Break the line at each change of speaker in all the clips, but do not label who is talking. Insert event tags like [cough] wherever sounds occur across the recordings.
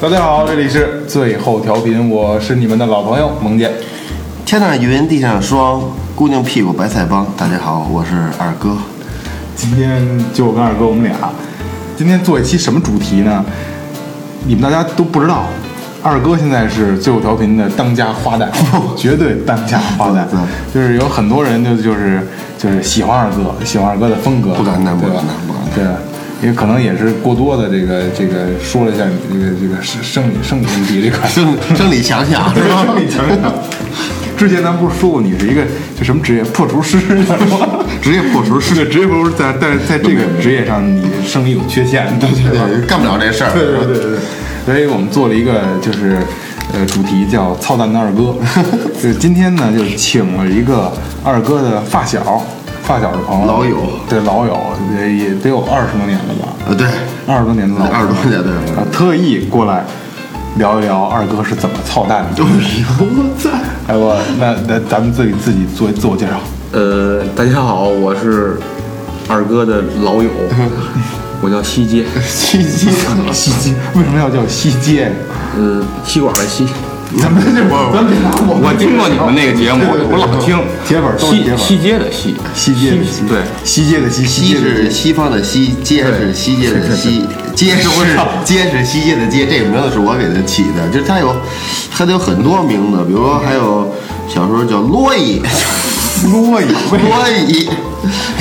大家好，这里是最后调频，我是你们的老朋友萌姐。
天上云，地上霜，姑娘屁股白菜帮。大家好，我是二哥。
今天就我跟二哥我们俩，今天做一期什么主题呢？你们大家都不知道，二哥现在是最后调频的当家花
[laughs]
旦，绝对当家花旦
对。
就是有很多人就就是就是喜欢二哥，喜欢二哥的风格，
不敢当
对吧
不敢当不敢当
对吧。因为可能也是过多的这个这个说了一下你这个这个生生理生理问题这块，
生生理想想是吧？
生理强项。之前咱们不是说过你是一个就什么职业破厨师是吧？
职业破厨师，
是职业破厨师，但但是在这个职业上你生理有缺陷，对对
对，干不了这事儿。
对对对对，所以我们做了一个就是呃主题叫“操蛋的二哥”，就是今天呢就请了一个二哥的发小，发小的朋友，
老友
对老友也也得有二十多年了吧，
呃，对，
二十多年的老友
二十多年对
啊，特意过来聊一聊二哥是怎么操蛋的。
我操！
哎我那那咱们自己自己做自我介绍，
呃，大家好，我是二哥的老友，我叫西街，
西街西街为什么要叫西街？
呃，吸管的吸，
咱们这咱别拿我
我听过你们那个节目，
对对对
我老听，
铁粉都是铁
西
粉
西街的西，
西街的西，
对，
西街的西，西
西
街的
是
西。
西方的西，街是西街的西，街是
我操
街是西街的街。这个名字是我给他起的，就是他有，他有很多名字，比如说还有小时候叫罗伊，
啰嗦，
罗伊， [laughs]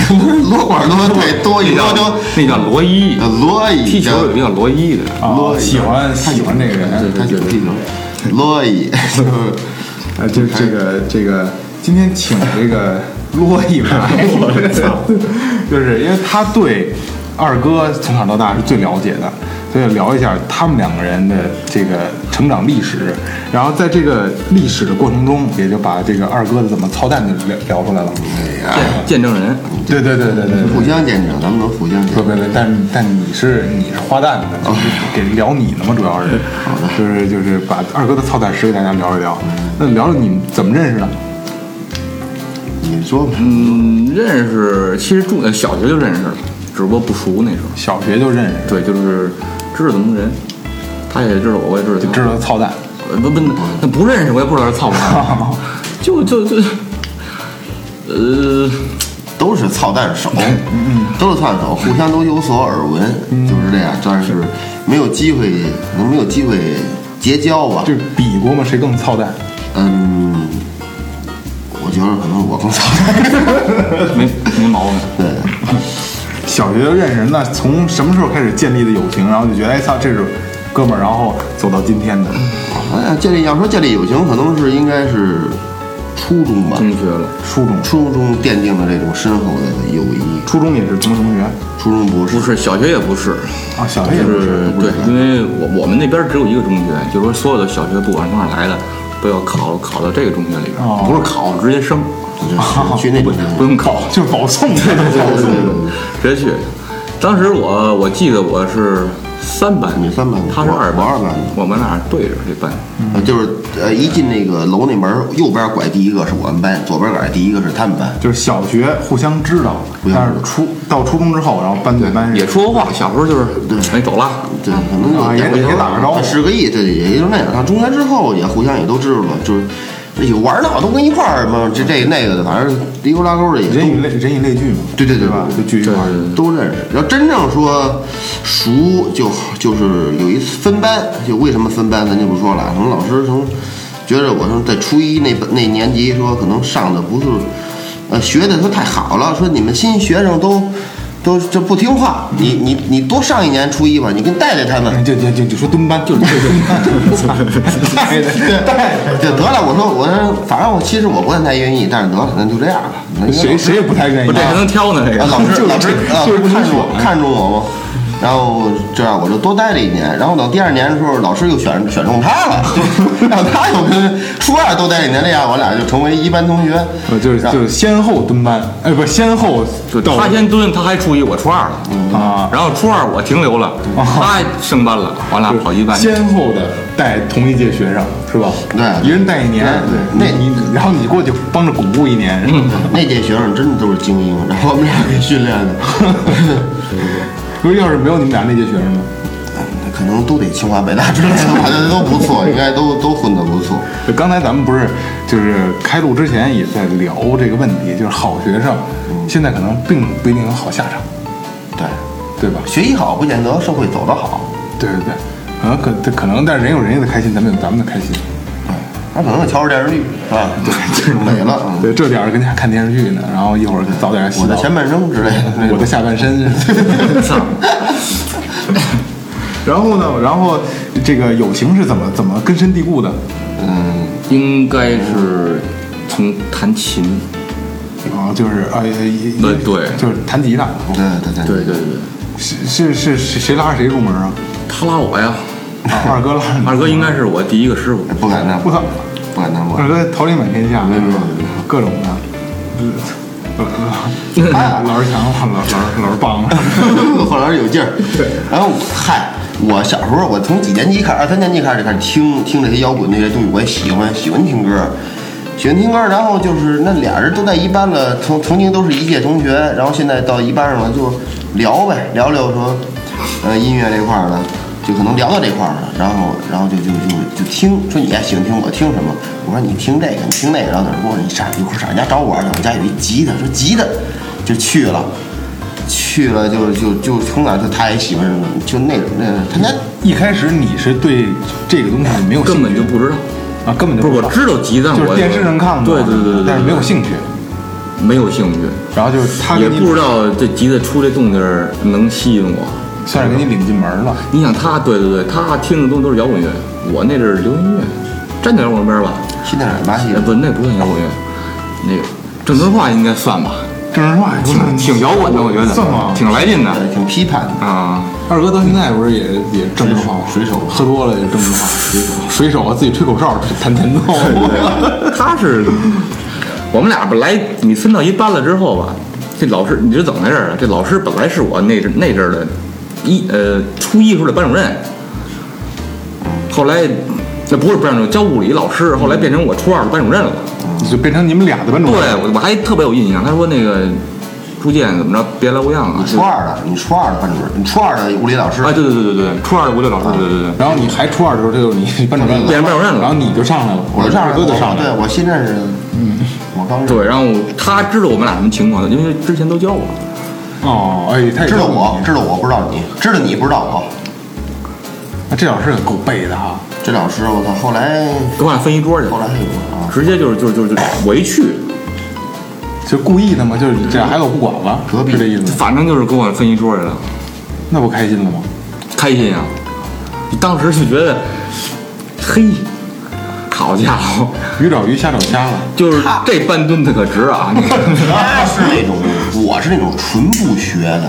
可能是罗管罗太多，以后就
那叫罗伊，
呃罗伊
踢球有一个叫啊罗伊的，
啰嗦，哦喜欢喜欢这个人，
他喜欢踢球，罗伊，
啊，就是这个这个，今天请这个啰一 [laughs] 来，我啊操，就是因为他对二哥从小到大是最了解的，所以聊一下他们两个人的这个成长历史，然后在这个历史的过程中，也就把这个二哥的怎么操蛋就聊聊出来了。
见见证人，
对对对对对对
[laughs] 互相见证，咱们能互相见
不
证。
不不，但但你是你是花旦的，就是给聊你的嘛，主要是，哦好的，就是就是把二哥的操蛋史给大家聊一聊。那聊聊你们怎么认识的？
你说吧，
嗯，认识，其实住呃小学就认识了，只不过不熟那时候，
小学就认识，
对，就是知道怎么人，他也知道我，我也知道
就
他，
知道操 [laughs] 蛋。
呃不不，那不认识我也不知道是操不 [laughs] 操，就就就，呃，
都是操蛋手，都是操蛋手，互相都有所耳闻，就是这样。但是没有机会，没有机会结交吧
就？是比过嘛，谁更操蛋？
嗯，我觉得可能我更操蛋。 [laughs]
没没毛病。
对，
小学就认识，那从什么时候开始建立的友情？然后就觉得哎操，这是哥们儿，然后走到今天的。
哎呀，建立要说建立友情，可能是应该是初中吧，
中学了，
初中，
初中奠定了这种深厚的友谊。
初中也是同同学
初中不是
不，是小学也不是，
啊，小学也
就是是对，因为我我们那边只有一个中学，就是说所有的小学不管从哪儿来的，都要考考到这个中学里边，
哦
不是考直接升，
就是去那种
不用考，
就是保送，对对对
直接去。当时我我记得我是三班，
你三班
他是
我
二
我二班
我们俩对着这班，
呃就是呃，一进那个楼那门儿，右边拐第一个是我们班，左边拐第一个是他们班。
就是小学互相知道，但是初到初中之后，然后班对班
也说话，小时候就是哎走了，
对，可能
啊
就
也得也打个招呼
十个亿，对，也就那样。上中学之后也互相也都知道了，就是这有玩闹都跟一块儿嘛，这这那个的，反正滴沟拉沟的也
人以
都
类人以类聚嘛，
对对对
对吧？就聚一块儿。
都认识。要真正说熟，就就是有一次分班，就为什么分班咱就不说了，可能老师从觉得我说在初一那那年级说可能上的不是，呃，学的说太好了，说你们新学生都。都这不听话，你你你多上一年初一吧，你跟带带他们，
就就就就说蹲班，就是就是 [laughs] 带的带的，
就得了，我说我说，反正我其实我不太愿意，但是得了，那就这样吧。那
谁谁也不太愿意
我这。还能挑呢，这
啊
个
[laughs] 老师
就是
老师啊
就是不
看
能选
中我看中我吗？然后这样我就多待了一年，然后等第二年的时候，老师又选选中他了，就 [laughs] 让他又跟初二多待了一年，这样我俩就成为一班同学。
呃，就是
然后
就是先后蹲班，哎，不是先后
就
到
他先蹲，他还初一，我初二了。
啊，
然后初二我停留了，他升班了，我俩跑一班。
哦先后的带同一届学生是吧？
对
一人带一年，
对嗯
你你然后你过去帮着巩固一年，
那届学生真的都是精英，然后我们俩给训练的， [laughs]
如果要是没有你们俩那届学生呢？
可能都得清华北大之类的，反正都不错，应该都都混得不错。
就刚才咱们不是就是开录之前也在聊这个问题，就是好学生现在可能并不一定有好下场，
对，
对吧？
学习好不见得社会走得好，
对对对，啊可能可可能，但是人有人家的开心，咱们有咱们的开心。
他可能有乔治电视剧是吧？对，就是美了。嗯
对，这点儿跟家看电视剧呢，然后一会儿早点洗
我
澡
的。前半生之类的， [laughs]
我的下半身。 [laughs] 然后呢？然后这个友情是怎么怎么根深蒂固的？
嗯，
应该是从弹琴，
啊，就是呃，一
对对
就是弹吉他，
对对
对对对，
是是是是谁拉着谁入门啊？
他拉我呀，
啊二哥拉着你，
[laughs] 二哥应该是我第一个师傅，
不敢当，
[laughs] 我操，
不敢当，不
二
敢
哥桃李满天下，
没有
各种的，呃老老师强了，老老老师棒了。
当。 [laughs] 后来是有劲儿。然后嗨，我小时候我从几年级开始，二三年级开始就开始听听这些摇滚那些东西，我也喜欢喜欢听歌。喜欢听歌，然后就是那俩人都在一班了，曾曾经都是一届同学，然后现在到一班上了，就聊呗，聊聊说，呃，音乐这块儿的，就可能聊到这块儿了，然后然后就就就就听说你爱喜欢听我听什么，我说你听这个，你听那个，然后等人跟我说哦你傻逼，我说傻，人家找我玩呢，我家有一吉他，说吉他就去了，去了就就就从哪儿就他也喜欢什么，就那那他家
一开始你是对这个东西没有兴趣
根本就不知道，
啊，根本就
不是
知
我
道
知道吉他，
就是
我
电视上看过，
对对对对，
但是没有兴趣。
趣，没有兴趣，
然后就是他
也
给你
不知道这吉他出这动静儿能吸引我。
算是给你领进门了。
你想他，对对对，他听的东西都是摇滚乐，我那阵儿流行音乐，沾点摇滚边儿吧，
新电影巴西
哎
人，
不，那不算摇滚乐，那个郑智化应该算吧，
郑智化
挺挺摇滚的，我觉得
嗯算吗？
挺来劲的
挺批判的。
啊。
二哥到现在不是也也郑智化吗？
水手
喝多了也郑智化，水手水手啊，自己吹口哨弹前奏。
[laughs] 他是我们俩本来你分到一班了之后吧，这老师你是怎么回事儿啊？这老师本来是我那阵那阵儿的一呃初一时候的班主任，后来那不是班主任教物理老师，后来变成我初二的班主任了。
就变成你们俩的班主
对
任。，
我我还特别有印象，他说那个朱建怎么着别来无恙啊
你。初二的，你初二的班主任，你初二啊的物理老师
啊，，对对对对对，初二的物理老师，对对对
然后你还初二的时候，这就是你班主任了，
变成班主任了
然后你就上来了，
我
二哥就上来
对
了。
我新认识的，嗯，我刚认识
对，然后他知道我们俩什么情况，因为之前都教我，
哦，哎，他也
知道
教你
我，知道我不知道你，知道你不知道我。
啊这老师可够背的哈。
这老师，我操，后来
给我俩分一桌去，
后来有啊，
直接就是就是就是就是我一去，
就故意的嘛，就是这还我不管了，
隔壁
是这意思吗？
反正就是跟我分一桌去了，
那不开心了吗？
开心呀、当时就觉得，嘿，好家伙，
鱼找鱼，虾找虾了。
就是这半吨的可值啊！
他是那种，我是那种纯不学的，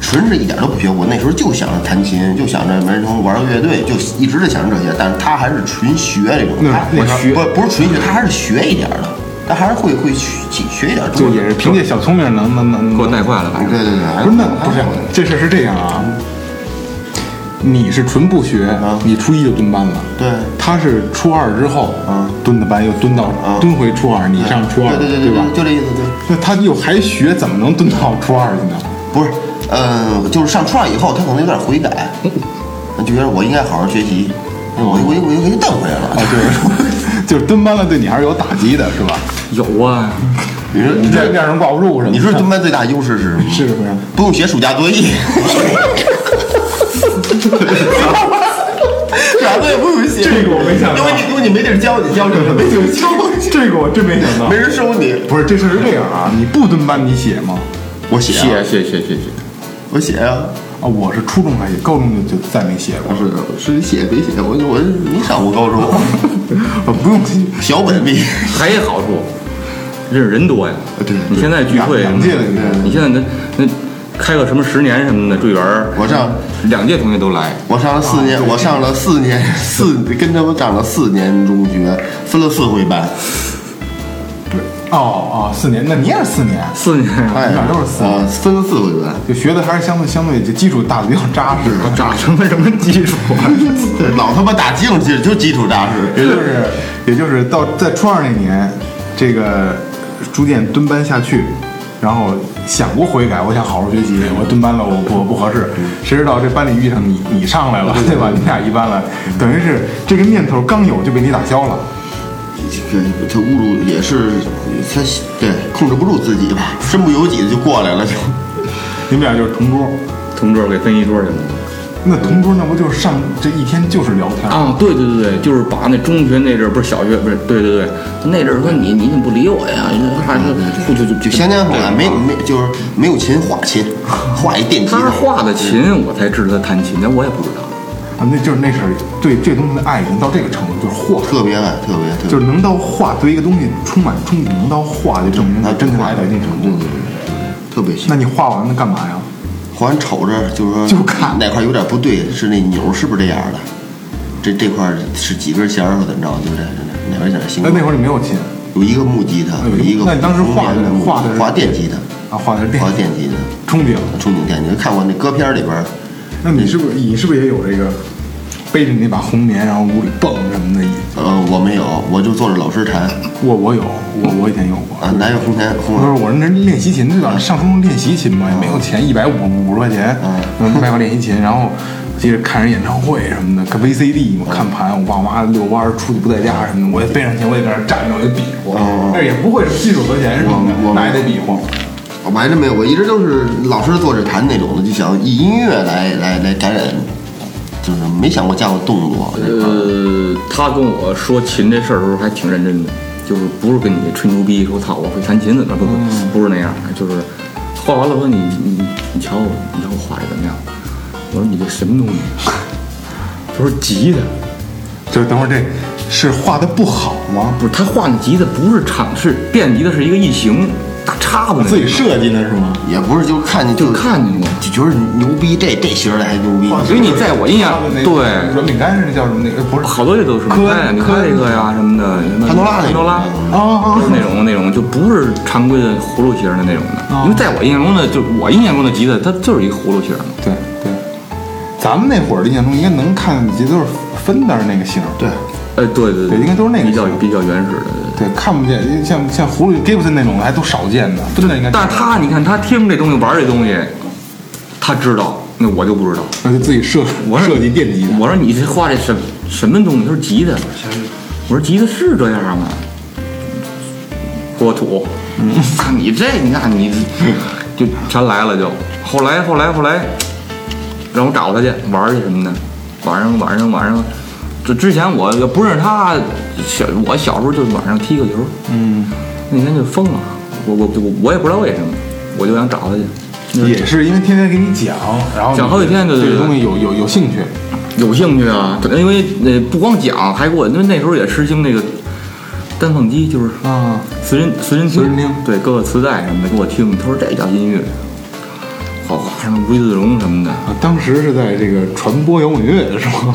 纯是一点都不学。我那时候就想着弹琴，就想着没人能玩个乐队，就一直在想着这些。但是他还是纯学这种，
那
他
那时候
不不是纯学，他还是学一点的，他还是会会学学一点东西。
就也是凭借小聪明能能能
给我
能。
带坏了，反
对
正
对对，
不是那不是这事儿是这样啊，你是纯不学，你初一就蹲班了。
对。
他是初二之后，
嗯
蹲的班又蹲到
嗯
蹲回初二，你上初二，
对对对
吧？
就这意思，对。
那他又还学，怎么能蹲到初二 [laughs] 去呢？
不是，嗯、就是上初二以后，他可能有点悔
[laughs]
改，那就觉得我应该好好学习，我
哦
我我我又给他瞪回来
啊，
了。
就是， [laughs] 就是蹲班了，对你还是有打击的，是吧？
有啊，
你说
你
你
这
这
面上挂不住什么？
你说蹲班最大优势是什么？
是不是？
不用写暑假作 [laughs] 业。啥作业不用写，
这个我没想到
因为你因为你没地儿教你，教你没地儿教，
[laughs] 这个我真没想到
没人收你。
不是，这事儿是这样啊，你不蹲班你写吗？
我写啊，
谢谢谢谢谢谢，
我写啊，
啊，我是初中才写，高中就就再没写 [laughs] 过。
是是你写没写？我我没上过高中，
啊，不用写，
[laughs] 小本笔。
还有好处，认识人多呀。
对
你现在聚会，
两两届的应该
你现在那那开个什么十年什么的队员儿，
我上
两届同学都来，
我上了四年，我上了四年 [laughs] 四，跟他们上了四年中学，分了四回班。
对，哦哦，四年，那你也是四年，
四年
哎哪都是四
啊，分了四回班。
就学的还是相对相对就基础打的比较扎实。
[laughs] 长什么什么基础啊？
老他妈打基础基础就基础扎
也
实，
就是，也就是到在初二那年，这个逐渐蹲班下去，然后想过悔改，我想好好学习，我蹲班了，我不我不合适。谁知道这班里遇上你，你上来了，对吧？你俩一班了，等于是这个念头刚有就被你打消了。
这个他侮辱也是他对控制不住自己吧，身不由己的就过来了 [laughs] 就。
你们俩就是同桌，
[laughs] 同桌给分一桌去了。
那同桌那不就是上这一天就是聊天？
啊，对对对对，就是把那中学那阵儿不是小学不是，对对对，那阵儿说你你怎么不理我呀？还是不就就啊
就先天后来没没就是没有琴画 [laughs] 琴，画一电吉
他
他。
画的琴，我才知道他弹琴，那我也不知道。
啊，那就是那是对这东西的爱已经到这个程度，就是化，
特别爱，特别特别。
就是能到化，对一个东西充满憧憬，能到化，就证明他真的爱到一定程度。
嗯特别喜
那
欢。
你画完了干嘛呀？
忽然瞅着就是说，
就看
哪块有点不对，是那钮儿是不是这样的？这这块是几根弦儿或者怎么着？就这这哪边点行
那？那会儿你没有琴
有一个木吉他，
那
哎有一个
那你当时画的
红莲
画的是
画电吉他，
啊，画的是电
画电吉他，
憧憬。
憧憬电吉他。看过那歌片里边儿，
那你是不是你是不是也有这个背着你那把红棉，然后屋里蹦什么的？
呃，我没有，我就坐着老师弹
我我有，我我以前有过。
啊，南岳红莲红
不是，我那练习琴知道，上初中练习琴嘛，也没有钱，一百五五十块钱，嗯，买把练习琴，然后我记着看人演唱会什么的，看 VCD
嗯
嘛，看盘，我爸妈遛弯儿出去不在家什么的，我也背上琴，我也在那儿站着，我就比划，但是也不会是金手和弦什么的，
嗯我
那也得比划。
我还真没有，我一直都是老师坐着弹那种的，就想以音乐来来来感染，就是没想过加过动作。
呃，他跟我说琴这事儿的时候还挺认真的，就是不是跟你吹牛逼说操我会弹琴怎么着不
嗯
不不是那样，就是画完了说你你你你瞧我你瞧我画的怎么样？我说你这什么东西？ [laughs] 他说吉他。
就是等会儿这是画的不好吗？
不是他画那吉他不是长，是电吉他是一个异形大叉子那
自己
个
设计的是吗？
也不是就看见
就看见过。
就觉得牛逼，这这型儿的还牛逼。
所以你在我印象对
软饼干是那叫什么那个不是
好多乐都是
科
哎，你
科
看这个呀什么的，什么
潘多拉那
潘
种
多拉，
啊啊
就是那种那种就不是常规的葫芦形的那种
啊
的，因为在我印象中的就我印象中的吉他它就是一个葫芦形的，
对对，咱们那会儿的印象中应该能看见都是芬达那个型儿，
对，
哎对对
对应该都是那个
比较
型
比较原始的。
对，看不见，像像狐狸 Gibson 那种的还都少见呢，真的应该。
但是他你看他听这东西玩这东西，他知道，那我就不知道。
那就自己设
我说
设计电吉他，
我说你这画这什什么东西？他说吉他。我说吉他是这样吗？国土。嗯， [laughs] 你这你看你就全来了就。后来后来后来，让我找他去玩儿去什么的。晚上晚上晚上，这之前我要不认识他，小我小时候就是晚上踢个球，
嗯，
那天就疯了。我我我我也不知道为什么，我就想找他去。
也是因为天天给你讲，然后
讲好几天
对
对对
这个
对
东西有有有兴趣，
有兴趣啊，因为呃不光讲，还给我，因为那时候也实行那个单放机，就是
啊，
随身随身听，
随身听
对，各个磁带什么的给我听，他说这叫音乐，好什么 V 字龙什么的，
啊当时是在这个传播摇滚乐的时候， [laughs]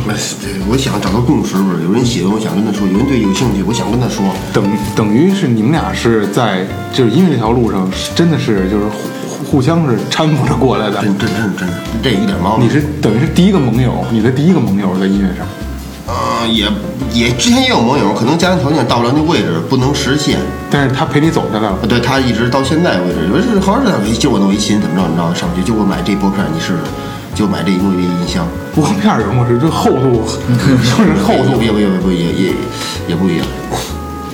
我想找到共识，不是有人喜欢，我想跟他说；有人对有兴趣，我想跟他说。
等等于是你们俩是在就是音乐这条路上，真的是就是互互相是搀扶着过来的。
真真真真，这一点毛病。
你是等于是第一个盟友，你的第一个盟友是在音乐上，
呃，也也之前也有盟友，可能家庭条件到不了那位置，不能实现。
但是他陪你走下来了
啊，。对他一直到现在为止，有的是好像是就我弄一琴怎么着怎么着，上学就我买这拨片，你试试，就买这弄这音箱。
我们俩人我是这后
[laughs]
路，就是后
不
路。
也不也不也也也不一样，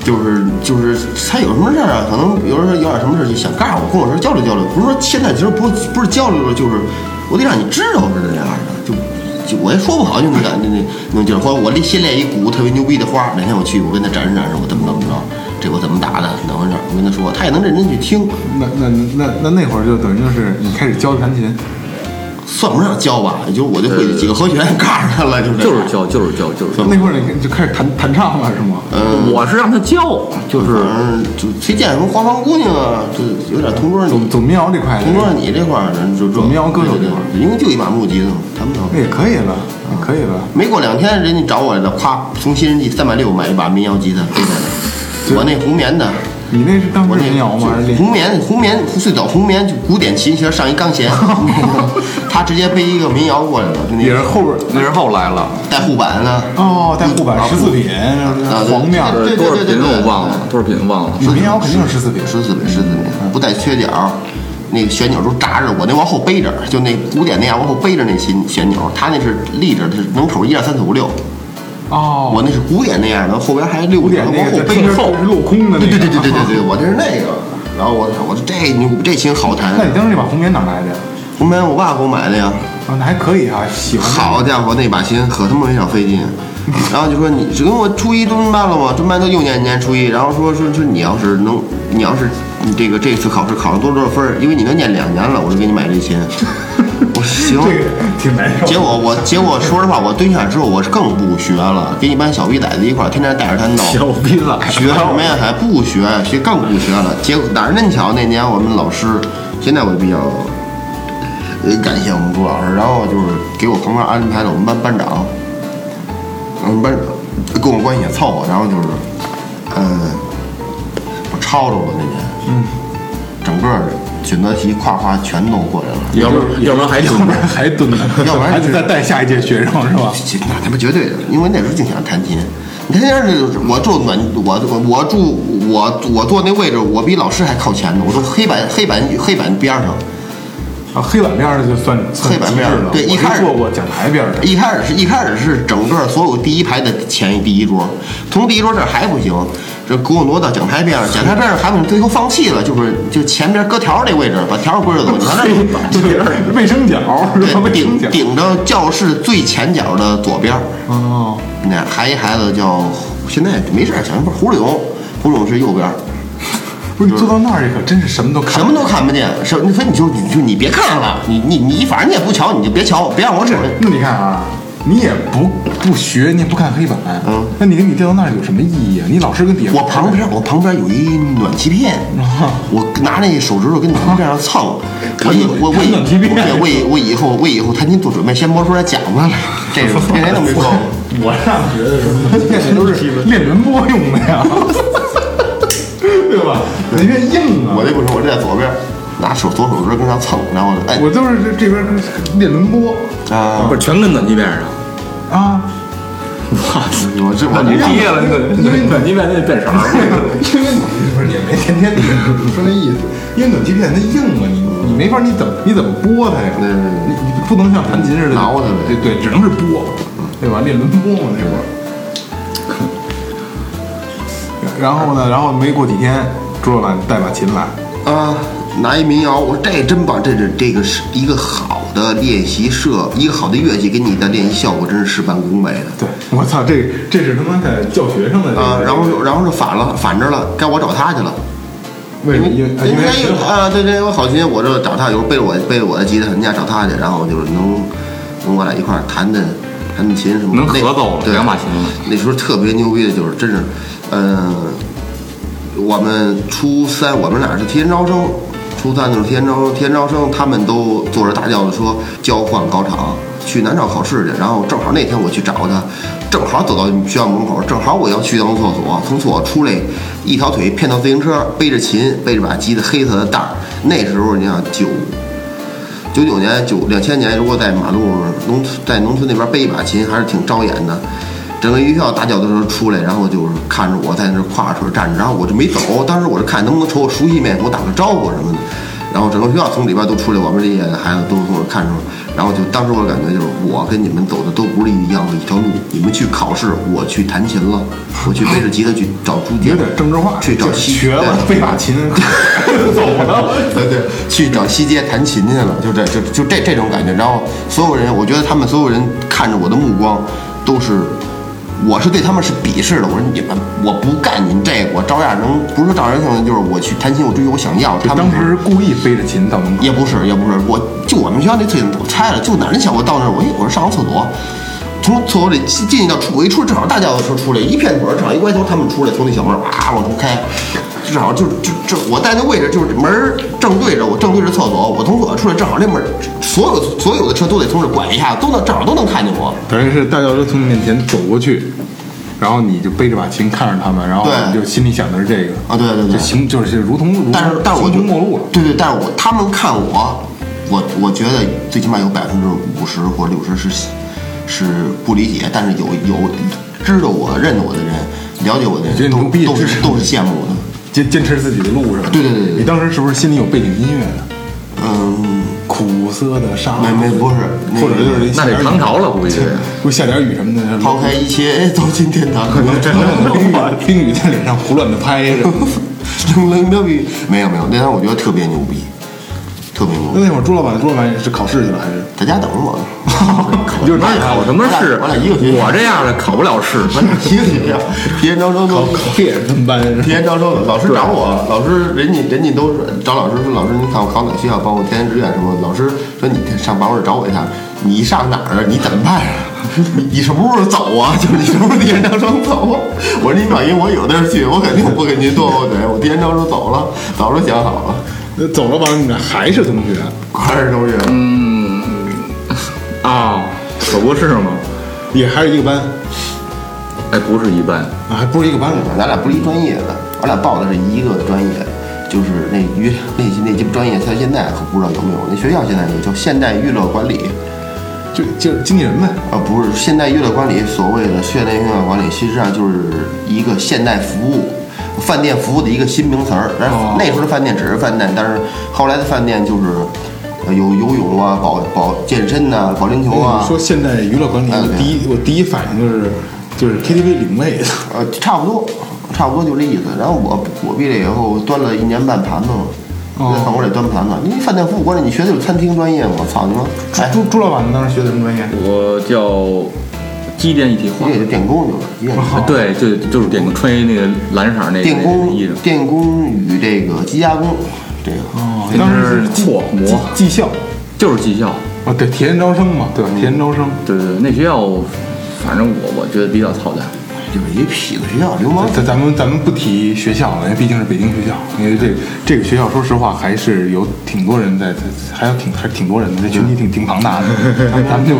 就是就是他有什么事儿啊，可能有时候有点什么事儿就想告诉我，跟我说交流交流，不是说现在其实不是不是交流了，就是我得让你知道是这样的，就就我也说不好，就那感那那那劲儿，或者我新练一鼓特别牛逼的花，哪天我去我跟他展示展示，我怎么怎么着，这我怎么打的，怎么回事儿，我跟他说，他也能认真去听，
那那那那那那会儿就等于就是你开始教弹琴，
算不上教吧，也就是我就会几个和弦，告诉他了，就是这
就
样
是教就是教就是教，
那会儿你就开始弹弹唱了是吗？
嗯。
我是让他教，就是
反正就推荐什么花房姑娘啊，就有点同桌你
走走民谣这块的
同桌你这块儿的就这
民谣歌手这
对
块儿
对对因为就一把木吉他嘛，他们
那
都
也可以了，也可以了。
没过两天人家找我来了，夸从新人记三百六买一把民谣吉他，对的，我那红棉的，
你那是当
我
时
那
民谣吗？还是
就
练
红棉红棉最早红棉就古典琴弦上一钢弦，他直接背一个民谣过来了，就那
也是后边
那是后来了，
带护板的，
哦，带护板
啊
十四品，
对
黄面儿
对对
多少
对对
品
对
我忘了，多少品忘了。
你民谣肯定是十四品，
十四米十四米，不带缺角，那个旋钮都扎着，我那往后背着，就那古典那样往后背着那琴旋钮，他那是立着，是能口一二三四五六，
哦，
我那是古典那样的，后边还六
古
个
典那
往后
个
背着
是
扣。
镂空的那
对
个，
对对对对
[laughs]
对对，我这是那个。然后我我说这牛这琴好
那
弹
你，当时那把红棉哪来的呀？
红棉我爸给我买的呀。
啊，那还可以啊，喜欢。
好家伙，那把琴可他妈没少
[laughs]
费劲。然后就说你是跟我初一中班了吗？中班都又年年初一。然后说说说你要是能，你要是你这个这次考试考了多少多少分儿，因为你都念两年了，我就给你买
[laughs]
这琴。我说行。
这个挺难受。
结果我结果说实话，我蹲下之后我是更不学了，跟一帮小逼崽子一块儿天天带着他闹。
小逼子，
学什么呀？还不学，学更不学了。结果哪儿真巧，那年我们老师，现在我比较呃感谢我们朱老师，然后就是给我旁边安排了我们班班长，我们班长跟我关系也凑合，然后就是，呃，我抄着了那年，嗯，整个选择题夸夸全都过来了。
要不然要不然还
要
挺
不然还蹲呢，
要不然
还得
就是
再带下一届学生是吧？
这那他妈绝对的，因为那时候净想弹琴。你看那时候我住暖，我我我住我我坐那位置，我比老师还靠前呢，我坐黑板黑板黑板边儿上。
啊，黑板边儿就算算
黑板边儿
极致了。
对一
我就
开始
坐过讲台边儿 [laughs] 的，
一开始是一开始是整个所有第一排的前第一桌，从第一桌这儿还不行，这给我挪到讲台边上，讲台边上还不行，最后放弃了，就是就前边搁条儿那位置，把条儿搁着走，你看那
[laughs] 黑板边儿卫生角是吧？
对
卫
顶
生角。
顶着教室最前角的左边儿。
哦，
那还一孩子叫，现在没事儿，小不是胡志勇，胡志勇是右边儿，
不是你坐到那儿可真是什么都看
什么都看不见，什么所以你就你就你别看了，你你你反正你也不瞧，你就别瞧，别让我瞅
是。那你看啊，你也不不学，你也不看黑板，
嗯
那你跟你调到那儿有什么意义啊？你老师跟底下
我旁边我旁边有一暖气片，我拿那手指头跟暖气片上蹭，我以我我
弹
以
暖气片
我我以我以后我以后弹琴做准备，先摸出来讲吧，这是这谁能不够？
我上学的时候， [laughs] 那都是练轮播用的呀， [laughs] 对吧？你这硬啊！
我这不是，我这在左边，拿手左手指头跟上蹭，然后哎
我都是这这边练轮播
啊，
[laughs] 不是全跟暖气片上。
啊，
我这我这
业了，那个因为暖气片那变
[laughs]
色儿，
因为你不是也没天天练，说那意思，因为暖气片它硬啊，你你没法，你怎么你怎么拨它呀？
对对
你
对
你不能像弹琴似的
挠它呗
对对，只能是拨，对吧？练轮播嘛那会儿。然后呢，然后没过几天，朱老板带把琴来，
啊，拿一民谣，我说这真棒，这是这个是一个好的练习社，一个好的乐器给你的练习效果真是事半功倍的
对我操，这这是他妈的教学生的这个
啊。然后就然后就反了，反着了，该我找他去了。
为什么？因为啊因为
人家
学
有
好
啊，对对，我好心，我这找他，有时候背着我背着我的吉他，人家找他去，然后就是能能我俩一块儿弹弹弹弹琴什么的，
能合奏了
那对
两把琴了
那时候特别牛逼的就是，真是，嗯、我们初三我们俩是提前招生，初三的时候提前招生，提前招生他们都坐着大轿子说交换考场，去南诏考试去。然后正好那天我去找他，正好走到学校门口，正好我要去趟厕所，从厕所出来，一条腿骗到自行车，背着琴，背着把吉他黑色的袋儿。那时候你想九九九年、九两千年，如果在马路农村在农村那边背一把琴，还是挺招眼的。整个学校打搅的时候出来，然后就是看着我在那儿跨着腿站着，然后我就没走。当时我是看能不能瞅我熟悉面，给我打个招呼什么的。然后整个学校从里边都出来，我们这些孩子都从我看着我。然后就当时我的感觉就是，我跟你们走的都不是一样的一条路。你们去考试，我去弹琴了，
[laughs]
我去背着吉他去找朱
有
杰，
点政治化，
去找
就
西
瘸了
对
背把
[laughs]
琴 [laughs] 走了。
对对，去找西街弹琴去了，就这就就这这种感觉。然后所有人，我觉得他们所有人看着我的目光都是，我是对他们是鄙视的。我说你们，我不干你们这个，我照样能不是说照样能，就是我去弹琴，我追求我想要。他们
当时故意背着琴到门口，
也不是，也不是，我就我们学校那厕所，我猜了，就哪儿那小我到那儿，我一会儿上个厕所，从厕所里进进去到出，我一出正好大轿子车出来，一片火车，正好一歪头，他们出来，从那小门儿哇往出开，正好就就这我在那位置就是门儿正对着我，正对着厕所，我从厕所出来，正好那门儿所有所有的车都得从这拐一下，都能正好都能看见我。
等于是大教授从你面前走过去，然后你就背着把琴看着他们，然后
对
你就心里想的是这个
啊对对对
就行就是如同如
但是但是我
形
就
同陌路了。
对对，但是我他们看我，我我觉得最起码有百分之五十或六十是是不理解，但是有有知道我认得我的人，了解我的
觉得
人，
你
都
牛逼
都
这是
是都是羡慕我的。
坚坚持自己的路是吧？
对对对对对
你当时是不是心里有背景音乐呢？
嗯，
苦涩的沙，
没没不是那
或者
个
就是
那得唐朝了，
[laughs]
估计。
会下点雨什么的，
抛开一切哎走进天堂，
冰雨冰雨在脸上胡乱的拍什
[laughs]
么的。
冷冷的雨，没有没有，那天我觉得特别牛逼，特别牛逼，
那会儿朱老板，朱老板也是考试去了还是？
在家等着我呢。
你就是那考什么试？
我俩一个学校
我这样的考不了试。
我俩一个学校，提前招生都
考也是他们班是吧
提前招生，老师找我，老师人家人家都是找老师说，老师您看我考哪学校，帮我填志愿什么的。老师说你上八班找我一下，你上哪儿啊？ [laughs] 你怎么办呀、你你什么时候走啊？ [laughs] 就是你什么时候提前招生走啊？ [laughs] 我说你放心，我有地儿去，我肯定不跟您拖后腿。我提前招生走了，早就想好了。
那走了完了，你们还是同学？
还是周学，
啊，可不是吗？
也还是一个班
哎，不是一般。
啊，还不是一个班里边
咱俩不是一专业的，我俩报的是一个专业，就是那娱那那几专业，他现在可不知道有没有。那学校现在有叫现代娱乐管理。
儿，就就是经纪人呗。
啊，不是现代娱乐管理，所谓的现代娱乐管理，其实上就是一个现代服务、饭店服务的一个新名词儿。然
哦
后那时候的饭店只是饭店，但是后来的饭店就是呃有游泳啊、保保健身呐、保龄球啊
你，嗯说现代娱乐管理，
哎
我
对
第一我第一反应就是就是 KTV 领位的，
呃，差不多，差不多就这意思。然后我我毕业以后端了一年半盘子嘛。
哦
在饭馆里端盘子，因为饭店服务管理，你学的有餐厅专业嘛？我操你妈！哎，
朱朱老板当时学的什么专业？
我叫机电一体化
你。也就电工去了，你也
哦
就
啊对，就就是电工，穿一那个蓝色儿那个
电
那个
工
衣裳。、
电工与这个机加工，这个
哦
那
当时是
是拓
技
磨
技校
就是技校。
啊，对，提前招生嘛，对吧？提前招生，
对对，对那学校，反正我我觉得比较操蛋。
就是一痞子学校，流氓
咱咱们咱们不提学校了，因为毕竟是北京学校，因为这个这个学校，说实话还是有挺多人在，还有挺还挺多人的，这群体挺挺庞 [laughs] 大的。咱咱们就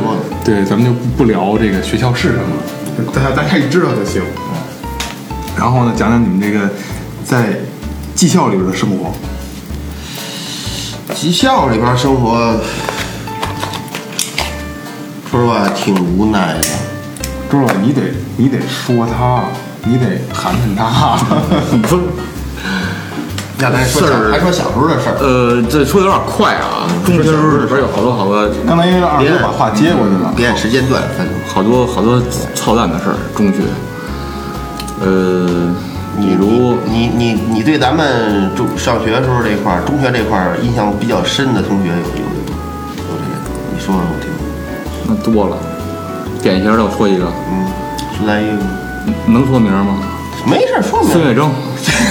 对，咱们就不聊这个学校是什么了，大家大家一知道就行。嗯然后呢，讲讲你们这个在技校里边的生活。
技校里边生活，说实话挺无奈的。
朱老，你得你得说他，你得寒碜 [laughs] 他。
不是，
那咱说
事
小，
儿
还说小时候的事儿，
呃，这说的有点快啊。中学时候里边有好多好多
刚才因为二哥把话接过去了，
别按嗯时间段分。
好多好多操蛋的事儿。中学，呃，比如
你你你对咱们中上学的时候这块儿，中学这块儿印象比较深的同学有有有有这个，你说说我听。
那多了，典型的我说一个，
嗯，是在一个
能说名吗？
没事儿说
孙
明。
月征，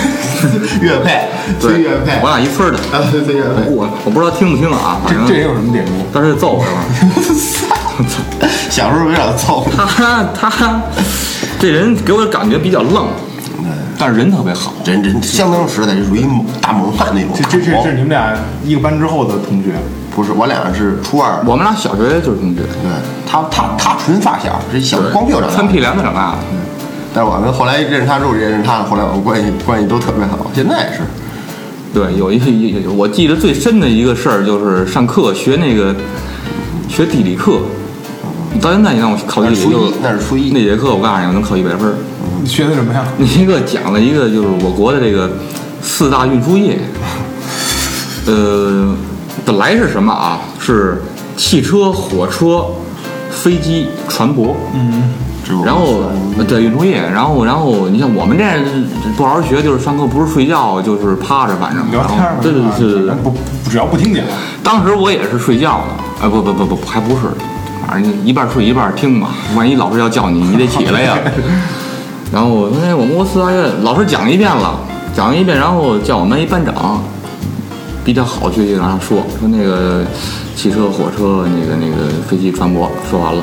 [laughs] 岳佩，孙
对
岳佩，，
我俩一村儿的。
啊，对孙岳佩，
我我不知道听不听啊，反
这
正
这也有什么典故？
当时揍我了。
[laughs] 小时候有点操。
他他这人给我的感觉比较愣，但是人特别好。
人人相当时代就属于猛大猛汉那种。
这这这是你们俩一个班之后的同学。
不是，我俩是初二，
我们俩小学就是同学，
对他他他纯发小，是小光屁股长
三
大。
屁帘子长大的。
但是我们后来认识他之后，认识他，后来我们关系关系都特别好，现在也是。
对，有一有我记得最深的一个事儿就是上课学那个学地理课，到现在你让我考地理
那是初
就
一那是初一
那节课我告诉你，我能考一百分儿。
你学的什么呀？
[laughs] 那一个讲了一个就是我国的这个四大运输业，呃，本来是什么啊？是汽车、火车、飞机、船舶。
嗯
这是我们
然后呃对运输业，然后然后你像我们这样不好好学，就是上课不是睡觉就是趴着，反正
聊天
然
儿
后
嘛，
对对对对对对。
不只要不听讲，
当时我也是睡觉的，哎不不不不还不是，反正一半睡一半听吧，万一老师要叫你，你得起来呀。然后我说哎我们公司大院老师讲一遍了，讲了一遍，然后叫我们一班长，比较好学习，然后说说那个汽车、火车、那个那个飞机、船舶，说完了，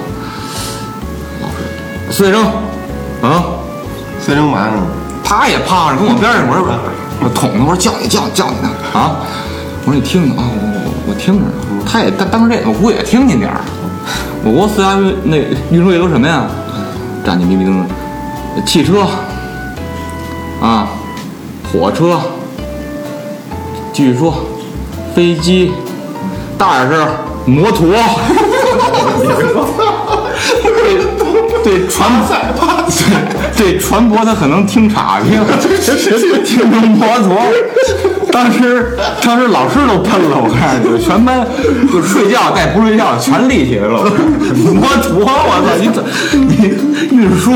老师孙先生啊。
孙正满，
他也趴着跟我边上，我说我捅他，我说叫你叫你叫你呢啊！我说你听听啊，我我我听着呢。他也当当时这，我估计也听见点儿。我国四大运那运输业都什么呀？站起迷迷瞪瞪，汽车啊，火车，据说飞机，大点声儿，摩托。 [laughs] 对对，船对对船舶，他可能听岔 [laughs] 劈了，听成摩托。当时当时老师都喷了，我看就全班就睡觉带不睡觉的全立起来了。摩托，我操，你怎你运输？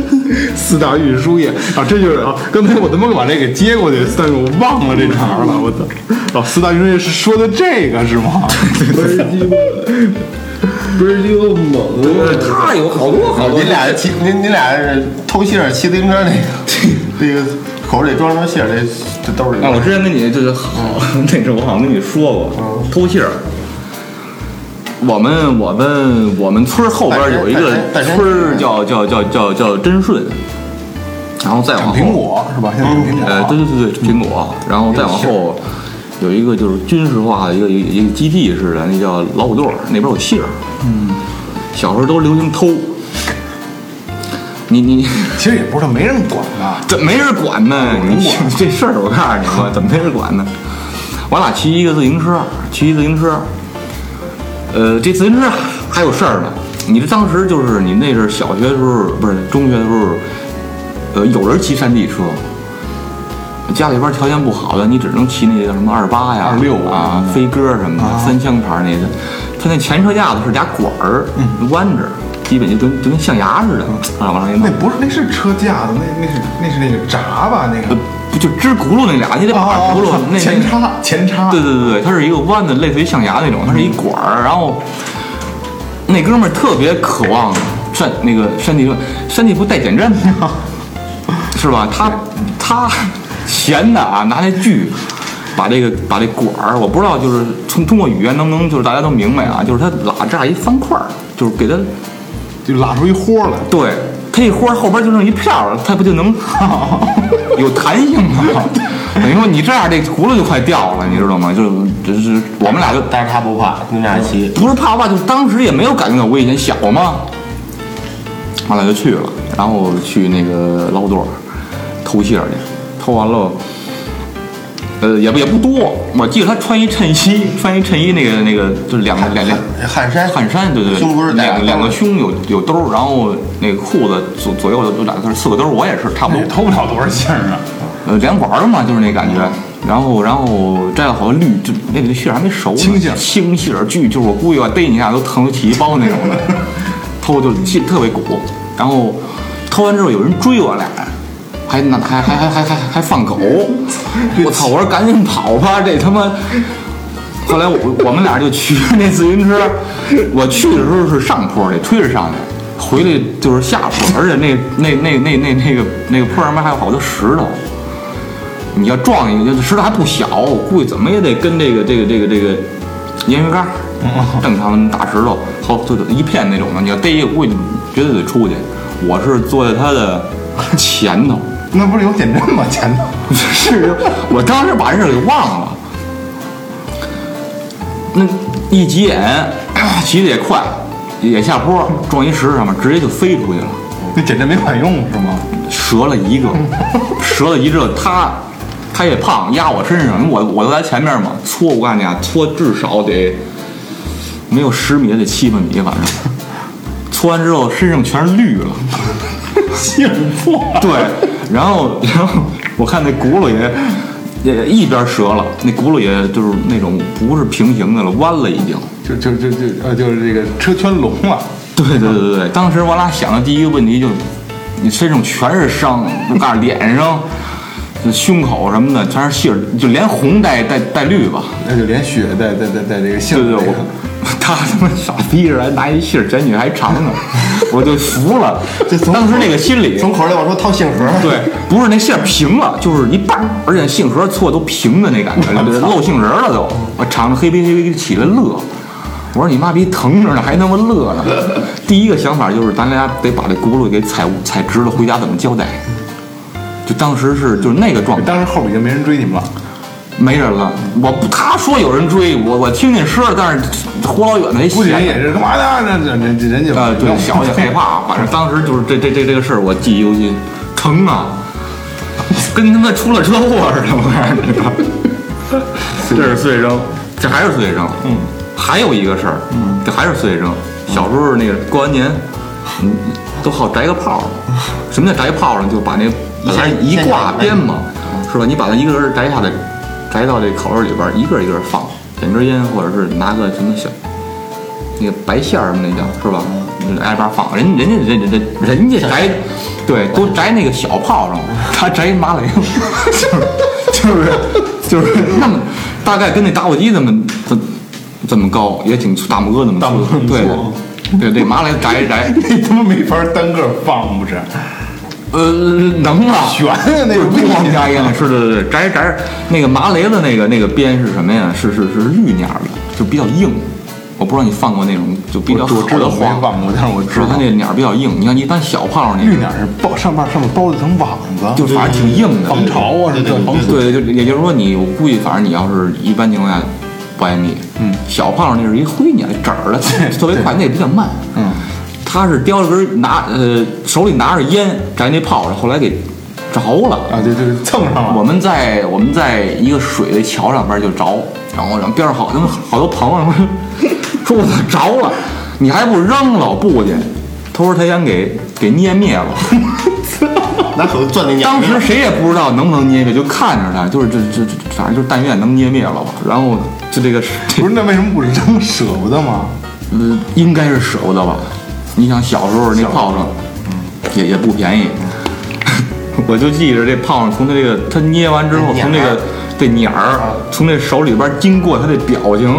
[laughs] 四大运输业啊，这就是啊，刚才我他妈把这给接过去，但是我忘了这茬儿了，我操！哦，四大运输业是说的这个是吗？
不是鸡巴，不是鸡巴猛啊！
他有好多好多
您俩骑您您俩是偷信儿骑自行车那
[laughs]
个，这个口里装着信儿，这这兜里
啊，我之前跟你就是好，那是我好像跟你说过，
嗯
偷信儿。我们我们我们村儿后边儿有一个
大山大山
村儿叫叫叫叫叫真顺，然后再往
长
后
苹果是吧？现在长苹果、
呃，对对对对，苹果，然后再往后有一个就是军事化的一个一个一个基地似的，那叫老虎队儿，那边有信儿。嗯，小时候都流行偷，你你
其实也不是没人管啊吧。
怎么没人管呢？你这事儿我告诉你吧，怎么没人管呢？我俩骑一个自行车，骑一自行车，呃，这自行车还有事儿呢。你这当时就是你那是小学的时候，不是中学的时候，呃，有人骑山地车，家里边儿条件不好的，你只能骑那个什么二八呀、
26
啊、飞鸽什么的、三枪牌那个。它那前车架子是俩管儿弯着，基本就跟就跟象牙似的啊，往上一弄
那。不是，那是车架子，那那是那是那个闸吧？那个
呃，不就支轱辘那俩，你得把
哦
轱辘
哦
那
前叉前叉嗯
对对对对，它是一个弯的，类似于象牙那种，它是一管儿，然后那哥们儿特别渴望山那个山地说，山地不带减震
[laughs]
吗？是吧？他他闲的啊，拿那锯把这个把这管儿，我不知道就是通通过语言能不能就是大家都明白啊，就是他拉这儿一方块儿，就是给他
就拉出一豁来。
对，它一豁儿后边就剩一片儿，它不就能 [laughs] 有弹性吗？等于说你这样这轱辘就快掉了，你知道吗？就就是我们俩就
但是他不怕，你们俩骑。
不是怕吧，就是当时也没有感觉到危险，小嘛。完了就去了，然后去那个老垛偷信儿去，偷完了，呃，也不也不多，我记得他穿一衬衣，穿一衬衣那个那个就是两个嗯两两
汗衫，
汗衫，对对，
胸不是带
两个
个
两
兜
个
儿
胸有有兜儿，然后那个裤子左左右有两个四个兜儿，我也是差不
那
哎
多
也，偷不了多少信儿啊！
呃，两管儿嘛，就是那感觉。然后然后摘了好多绿，就那个杏儿还没熟呢，
青杏儿
青杏儿巨，就是我估计啊，逮你一下都疼起一包那种的，偷就气特别鼓。然后偷完之后有人追我俩。还那还还还还还还放狗，我操！我说赶紧跑吧，这他妈后来我我们俩就骑着那自行车，我去的时候是上坡的，推着上去，回来就是下坡，而且那那那那那那个那个坡上面还有好多石头，你要撞一个，这石头还不小，我估计怎么也得跟这个这个这个这个烟灰缸儿，正常大石头，好就一片那种的，你要逮一个，估计绝对得出去。我是坐在他的前头。
那不是有减震吗？ [laughs] 前头
是，我当时把这事儿给忘了。那一急眼，骑的也快，也下坡，撞一石头上面，直接就飞出去了，
那减震没管用是吗？ [laughs]
折了一个，折了一个。他他也胖，压我身上，我我都在前面嘛，搓我告诉你啊，搓至少得没有十米，得七八米，反正。搓完之后身上全是绿了。
信儿破。
对，然后然后我看那轱辘也也一边折了，那轱辘也就是那种不是平行的了，弯了已经。
就就就就呃，就是这个车圈聋了，
对对对对，当时我俩想的第一个问题就是，你身上全是伤，我告诉你脸上、 [laughs] 胸口什么的全是信儿，就连红带带带绿吧。
那就连血带带带带这个信儿
对对，
这
我
个
[laughs] 他他妈傻逼似的，还拿一信儿，卷起来还长呢，我就服了。当时那个心里，
从口里往出掏杏核。
[laughs] 对，不是那线儿平了，就是一半儿，而且杏核错都平的那感觉，露杏仁儿了都。我敞着黑皮黑皮起来乐，我说你妈逼疼着呢，还他妈乐呢。 [laughs] 第一个想法就是咱俩得把这轱辘给踩踩直了，回家怎么交代？就当时是就是那个状态，
当时后边已经没人追你们了，
没人了。我不他说有人追我，我听见声儿，但是活老远的
不仅
闲
也是干嘛呢？那这这人家
啊，对，小也害怕，反正当时就是这这这这个事儿，我记忆犹新，疼啊，跟他妈出了车祸似的，我感觉。
这是碎扔，
[laughs] 这还是碎学生，嗯，还有一个事儿，嗯，这还是碎学生。小时候那个过完年，嗯，都好宅个炮儿。什么叫宅炮儿呢？就把那本来嗯一嗯挂鞭嘛，是吧？你把它一个人摘下来，摘到这烤肉里边儿，一个一个放，点根烟，或者是拿个什么小那个白馅儿什么那叫是吧？嗯挨边放，人人家人人人家宅，对，都宅那个小炮仗，他宅
[laughs]
麻雷，就是就是就是那么大概跟那打火机这么这这么高，也挺粗大拇哥那么粗，对对对，麻雷宅
[laughs]
一宅，
你他妈没法单个放不是？
呃，能啊，
悬啊那
个
个
不光加烟，是对对对，宅宅那个麻雷的那个那个边是什么呀？是是是绿捻儿的，就比较硬。我不知道你放过那种就比较
我
好
我知道
的
我没
花，
放过，但是我知
是
道
它那鸟儿比较硬，你看一般小炮那
绿
个
鸟是包上面上面包了一层网子，
就反正挺硬的，
防潮啊什么的，防水。
对，就也就是说你，我估计反正你要是一般情况下不爱蜜，嗯，小胖那是一灰鸟褶儿的，特别快，那也比较慢，嗯，他是叼着根拿呃手里拿着烟摘那炮仗，后来给着了，
啊，对对，蹭上了。
我们在我们在一个水的桥上边就着，然后然后边上好他们好多朋友说，说我操着了，你还不扔了？我不去，他说他想给给捏灭了。
拿手攥那鸟
当
呢，
时谁也不知道能不能捏灭，就看着他，就是这这这，反正就是但愿能捏灭了吧。然后就这个，这
不是，那为什么不扔？ [laughs] 舍不得吗？
呃，应该是舍不得吧。你想小时候那炮仗，也也不便宜。 [laughs] 我就记着这炮仗从他这个他捏完之后，
这
从这
捻儿
个这捻儿啊从这手里边经过，他这表情，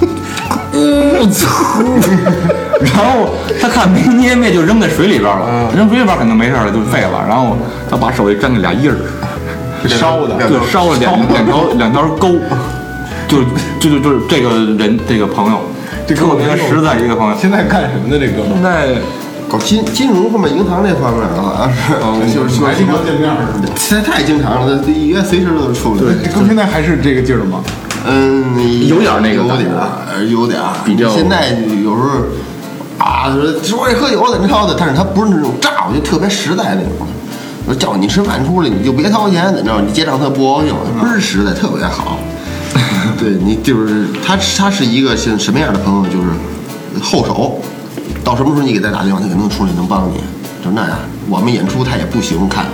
[laughs] 我 [laughs] 操！然后他看没捏灭，就扔在水里边了，扔水里边肯定没事了，就废了。然后他把手里沾了俩印儿。
烧的，
就烧了两两条两条沟，就就就就是这个人这个朋友，
这哥
特
们
别
儿
实在一个朋友。
现在干什么呢？这哥们
现
儿
在
搞金金融方面、银行这方面的，好像
哦
是 [laughs] 就是说
还经常见面儿是吗？
现在太经常了，这约随时都能处理。
这哥们儿现在还是这个劲儿吗？
嗯，
有点儿那个
有
感觉
点儿，有点儿。
比较
现在有时候啊，说说这喝酒了怎么着的，但是他不是那种炸，我就特别实在那种。说叫你吃饭出来，你就别掏钱，怎么着？你结账他不高兴，倍儿实在，特别
[laughs]
好。对你就是他，他是一个现什么样的朋友？就是后手，到什么时候你给他打电话，他肯定出来能帮你。就那样，我们演出他也不喜欢看，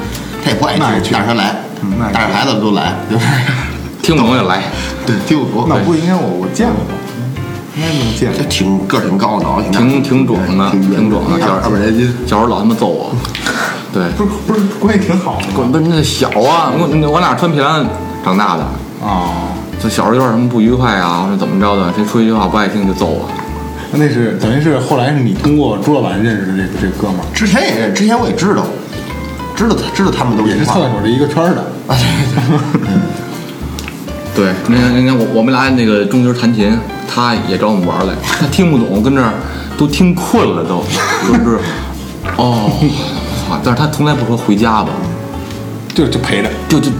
他也不爱听
那也，去
但是他来
嗯那，也
带着孩子都来，
嗯
就是
听懂也来，
对，听不懂。
那不应该我我见过，应该能见
这
过。
挺个儿挺高，脑子挺大
挺挺壮的，
嗯挺
挺壮的。
的，嗯
小
二百来斤。
小时候老他妈揍我，对，
不是不是，关系挺好的吗
滚不是那小啊，我我俩穿皮篮长大的，
啊，
就小时候有点什么不愉快啊，或者怎么着的，谁说一句话不爱听就揍我。
那是等于是后来是你通过朱老板认识的这这哥们儿，
之前也认，之前我也知道，知道他知道他们都
也是厕
啊
所这一个圈儿的。
对对对，
对，那那那我我们俩那个中间弹琴，他也找我们玩儿来，他听不懂，跟这儿都听困了都，就是，哦，操！但是他从来不说回家吧，
就就陪着，
就就就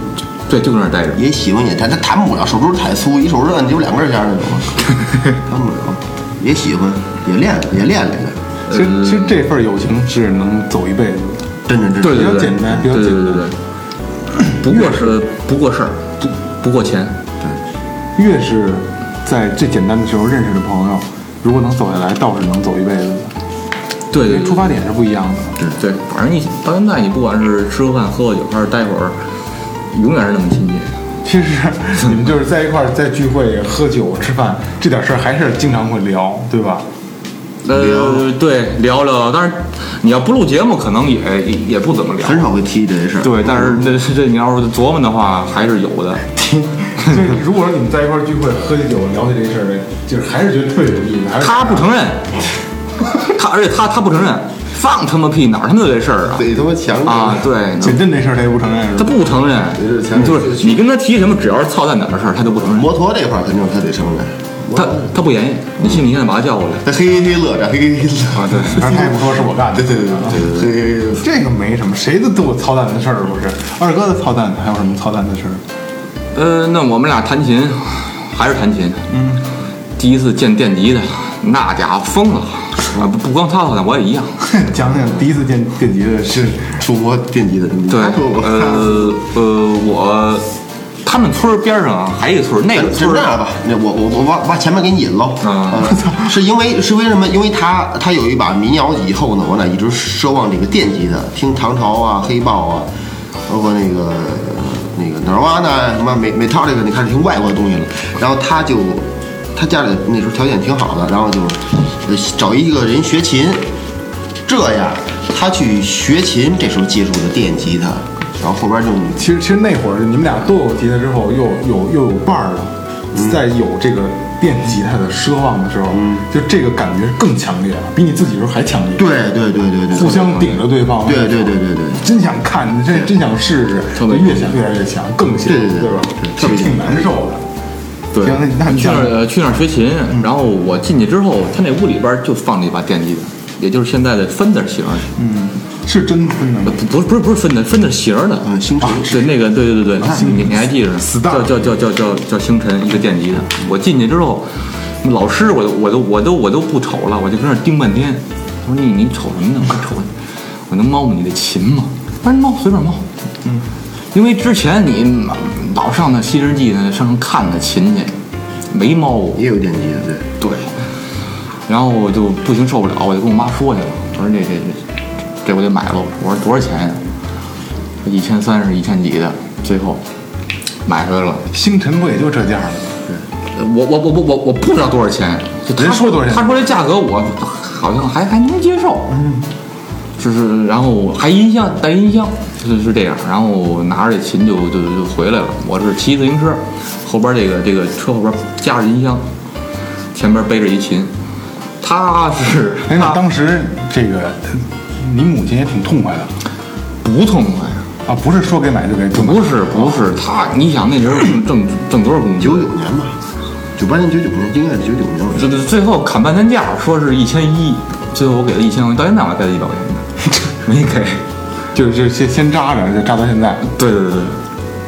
对，就跟那儿待着。
也喜欢也弹，他弹不了，手指头太粗，一手指头按就两根弦儿那种，弹不了，也喜欢，也练也练练，
其实其实这份友情是能走一辈子的。
真真真。
对对
比较
对，
简单比较
对对
简
对
单
对对，不过是不过事儿，不不过钱，
越是在最简单的时候认识的朋友，如果能走下来，倒是能走一辈子的。
对对
出发点是不一样的。
对对，反正你到现在，你不管是吃个饭、喝个酒，还是待会儿，永远是那么亲近。
其 [laughs] 实你们就是在一块儿在聚会、喝酒、吃饭这点事儿，还是经常会聊，对吧？
呃，对，聊聊，但是你要不录节目，可能也也也不怎么聊。啊
很少会提这些事儿，
对，但是这这你要是琢磨的话，还是有的。 [laughs]
嗯
就是如果说你们在一块儿聚会、喝起酒、聊起这事儿，就是还是觉得特别有意思。还是
他不承认，他而且他他不承认，放他妈屁，哪儿他妈有这事儿啊？
得他妈强着
啊，，对，
减震这事儿他也不承认，是
他
吧？
不承认
是前，面
就是你跟他提什么，只要是操蛋点儿的事儿，他就不承认。
摩托这块儿肯定他得承认，
他他不言语，你信不信？现在把他叫过来。
他嘿嘿嘿乐着，嘿嘿嘿乐啊，对
但是他也不说是我干的。
对对对对，嘿嘿嘿乐。
这个没什么，谁都都有操蛋的事儿，不是？二哥的操蛋，还有什么操蛋的事儿？ [laughs]
呃，那我们俩弹琴，还是弹琴。嗯，第一次见电吉他，那家伙疯了啊！不不光他好像我也一样。
讲讲第一次见电吉的是
触摸电极的，你
对，
说过
呃呃，我他们村儿边儿上啊，还有一村儿，那个
是
村
这
儿
样吧，那我我我把把前面给你引喽。
啊
嗯，是因为是为什么？因为他他有一把民谣以后呢，我俩一直奢望这个电吉他，听唐朝啊、黑豹啊，包括那个那个哪儿哇呢，什么美美套这个，你开始听外国的东西了。然后他就他家里那时候条件挺好的，然后就呃找一个人学琴，这样他去学琴，这时候接触的电吉他，然后后边就
其实其实那会儿你们俩都有吉他之后，又有又有伴儿了，在有这个电吉他的奢望的时候，就这个感觉更强烈了，比你自己的时候还强烈。
嗯对对对对对，
互相顶着对方。
对对对对对。
真想看，真真想试试，就越想越来越强，更强，
对对对
吧？
对
其
特
实
别
挺难受的。
对
行，那那你
去
讲
那，儿呃去那儿学琴，然后我进去之后，他那屋里边儿就放了一把电吉他，也就是现在的分的型儿，
嗯，是真分的吗？
呃不不是不是分的分的型儿的，啊
嗯，星辰啊
对，那个，对对对对，你你还记着？
Star
叫叫叫叫叫叫星辰，一个电吉的。我进去之后，老师我都我都我都我都不瞅了，我就跟那儿盯半天。我说你你瞅什么呢？我瞅，我能摸摸你的琴吗？他说摸，随便摸。嗯，因为之前你老上那西直记那上那看那琴去，没摸过。
也有电吉的，对。
对，然后我就不行受不了，我就跟我妈说去了，我说这这这这我得买了，我说多少钱呀、一千三是一千几的，最后买回来了。
星辰不也就这价儿吗？
我我我我我我不知道多少钱，就他
人说多少钱
他说这价格我好像还还能接受，嗯，就是然后还音箱带音箱，就是是这样，然后拿着这琴就就就回来了。我是骑自行车，后边这个这个车后边夹着音箱，前边背着一琴，他是
哎，
啊
那
他
当时这个你母亲也挺痛快的
不痛快。
啊，不是说给买就给，
嗯
不是不是，他你想那时候挣挣挣多少工资
九？九年吧，九八年、九九年，应该是九九年。我觉
这这最后砍半天价，说是一千一，最后我给了一千块钱，到现在我还带了一百块钱呢，没给。
就是就是先先扎着，就扎到现在。
对对对对。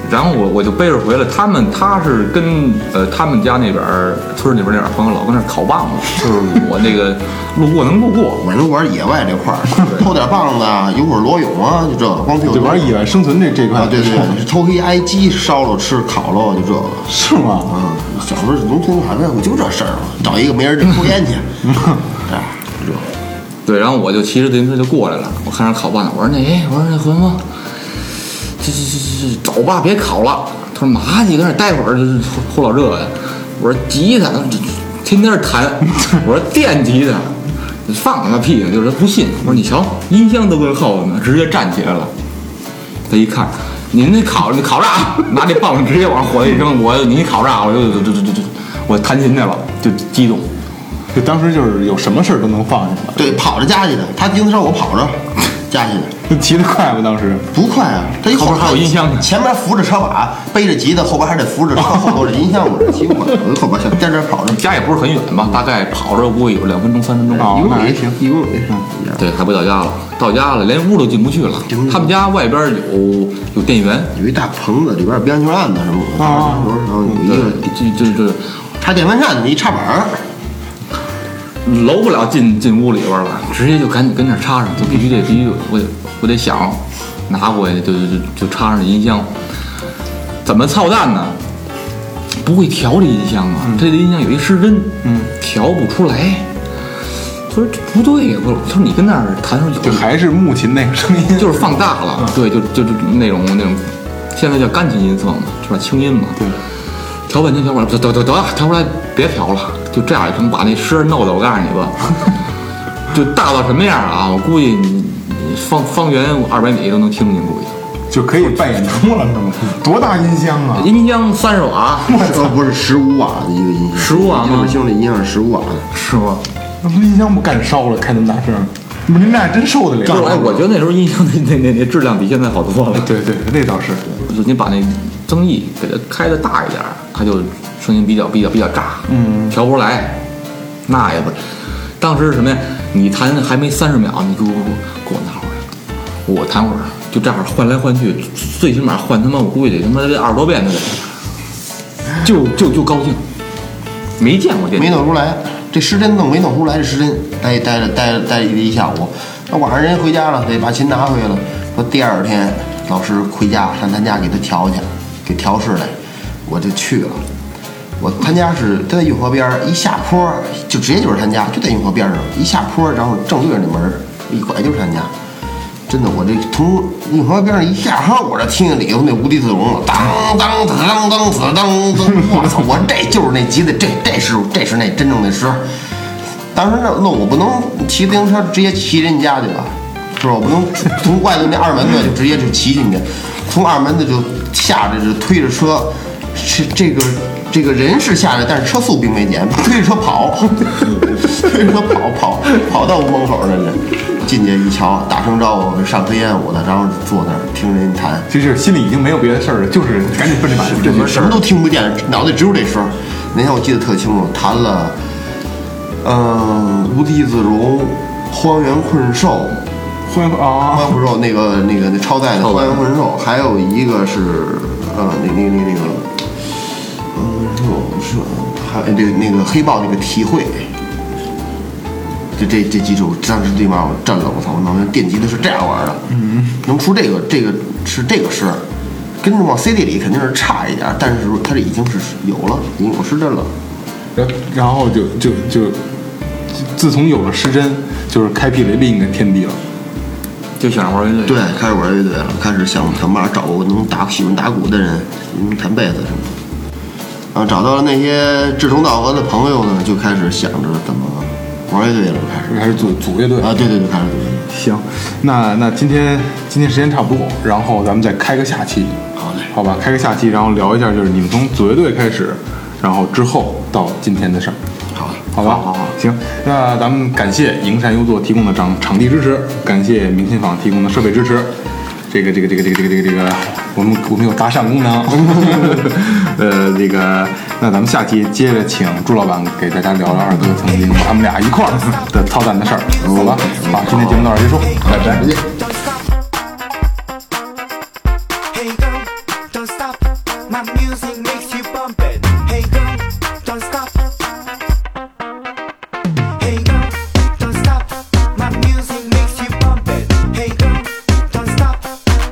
然后我我就背着回来，他们他是跟呃他们家那边儿村儿里边儿那点儿朋友老跟那儿烤棒子，就是我那个路过能路过
得，我能玩野外这块儿，偷点棒子啊，游会儿裸泳啊，就这个，光屁股
就玩野外生存这这块，
啊，对对，对，偷黑挨鸡，烧了吃，烤了，就这个。
是吗？
嗯，小时候农村还问我就这事儿嘛，找一个没人的抽烟
[laughs]
去，哎，就这
对，然后我就骑着自行车就过来了，我看着烤棒子，我说那哎，我说那回吗？这这这这这走吧，别烤了。他说嘛你搁那儿待会儿就是后老这的。我说吉他，这这天天弹。我说电吉他，你放他妈屁！就是他不信。我说你瞧，音箱都跟后头呢，直接站起来了。他一看，您那烤你烤炸，拿那棒子直接往火里扔，我你烤炸，我就就就就就我弹琴去了，就激动。
就当时就是有什么事儿都能放下
对，跑着家去的，他经常我跑着家去的。
了，骑得快吗？当时
不快啊，他一
后边还有音箱呢
前面扶着车把，背着吉他，后边还得扶着车，后头是音箱，我这骑我我后边小颠颠跑着，
家也不是很远吧，大概跑着估计有两分钟、三分钟。
哦
一
那
共
还
也行，一共也行。
对，还不到家了，到家了连屋都进不去了。他们家外边有有电源，
有一大棚子，里边有乒乓球案子什么的，
啊
然后有一
对
个，
这这这
插电风扇的一插板
[laughs]
儿，
搂不了进进屋里边了，直接就赶紧跟那儿插上，就必须得必须得我得我得想拿过去就就就就插上音箱，怎么操蛋呢？不会调这音箱啊，这音箱有一失真，嗯，调不出来。他说这不对呀，我说他说你跟那儿弹出
就
有
还是木琴那个声音，
就是放大了，对，就就就那种那种，现在叫钢琴音色嘛，是吧？轻音嘛，
对，
调半天调不来，得得得得，调不来别调了，就这样也成，把那声儿闹的，我告诉你吧，就大到什么样啊？我估计你你方方圆二百米都能听见，估计
就可以办演出了，是
[laughs]
吗？多大音箱啊！
音箱三十瓦，
哦不是十五瓦的一个音箱，
15瓦吗
就是兄弟音箱是十五瓦的，
是吗？
那不音箱不干烧了，开那么大声，你们俩真受得
后来
了？
我觉得那时候音箱那那那那质量比现在好多了，
对对，那倒是。
就你把那增益给它开的大一点儿，它就声音比较比较比较炸，嗯，调不出来，那也不，当时是什么呀？你弹还没三十秒，你给我给我拿会儿，我弹会儿，就这样换来换去，最起码换他妈我估计得他妈得二十多遍都得，就就就高兴，没见过这
没弄出来，这时针弄没弄出来，这时针待待着待着待了一下午，那晚上人家回家了，得把琴拿回来了。说第二天老师回家上他家给他调去，给调试来，我就去了。我他家是他在运河边儿，一下坡就直接就是他家，就在运河边上，一下坡然后正对着那门儿一拐就是他家。真的，我这从运河边上一下车，我这听见里头那无地自容了，当当当当当当当，我操！我说这就是那吉他，这这是这是那真正的诗。当时那那我不能骑自行车直接骑人家去吧，是吧？我不能从外头那二门子就直接就骑进去，从二门子就下着就推着车，是这个这个人是下来，但是车速并没减，推着车跑， [laughs] 推着车跑跑跑到我门口那去，进去一瞧，打声招呼上黑烟我的，然后坐那儿听人弹，
这就是心里已经没有别的事儿了，就是赶紧奔这把这
我
些
什么都听不见，脑袋只有这声儿。那天我记得特清楚，弹了，嗯，无地自容，荒原困兽，
忽然
荒
啊，
原困兽那个那个那超载的
超载
荒原困兽，还有一个是呃那那那那个，嗯，我是还对那个黑豹那个体会。这这这几首，当时对吧？我震了，我操！我脑袋电吉他是这样玩的，嗯，能出这个这个是这个诗，跟着往 CD 里肯定是差一点，但是它这已经是有了，已经有失真了。
然后然后就就就，自从有了失真，就是开辟了另一个天地了。
就想玩乐队。
对，开始玩乐队了，开始想想办法找个能打喜欢打鼓的人，能弹贝斯什么的。啊，找到了那些志同道合的朋友呢，就开始想着怎么玩乐队了，开始
还是组组乐队
啊，对对对，开始
行，那那今天今天时间差不多，然后咱们再开个下期，
好嘞
好吧，开个下期，然后聊一下就是你们从组乐队开始，然后之后到今天的事儿，
好嘞。
好吧？啊好好行，那咱们感谢营山优作提供的场场地支持，感谢明信坊提供的设备支持。这个这个这个这个这个这个这个，我们我们有搭讪功能， [laughs] 呃，这个那咱们下期接着请朱老板给大家聊聊二哥曾经他们俩一块儿 [laughs] 的操蛋的事儿，好吧？好，今天节目到这儿结束，拜拜。
Don't stop. Hey girl, don't stop. My music makes you bump it. Hey girl, don't stop. Hey girl, don't stop. My music makes you bump it. Hey girl, don't stop.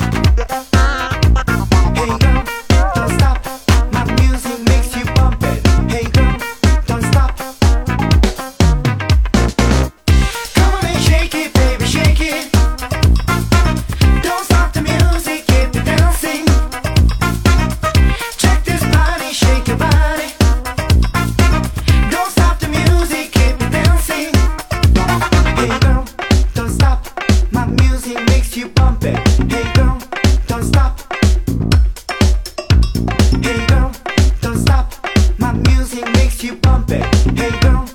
Hey girl, don't stop. My music makes you bump it. Hey girl, don't stop. Come on and shake it, baby, shake it. Don't stop the music, keep it dancing. Check this body, shake your body. Don't stop the music, keep it dancing. Hey girl, don't stop. My music makes you bump it. Hey girl, don't stop. Hey girl, don't stop. My music makes you bump it. Hey girl,